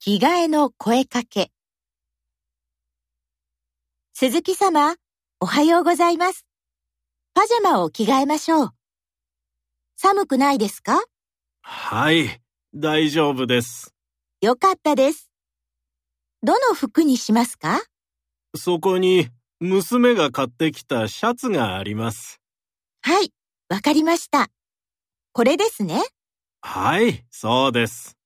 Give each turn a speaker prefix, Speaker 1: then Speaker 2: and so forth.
Speaker 1: 着替えの声かけ。鈴木様、おはようございます。パジャマを着替えましょう。寒くないですか
Speaker 2: はい、大丈夫です。
Speaker 1: よかったです。どの服にしますか
Speaker 2: そこに、娘が買ってきたシャツがあります。
Speaker 1: はい、わかりました。これですね。
Speaker 2: はい、そうです。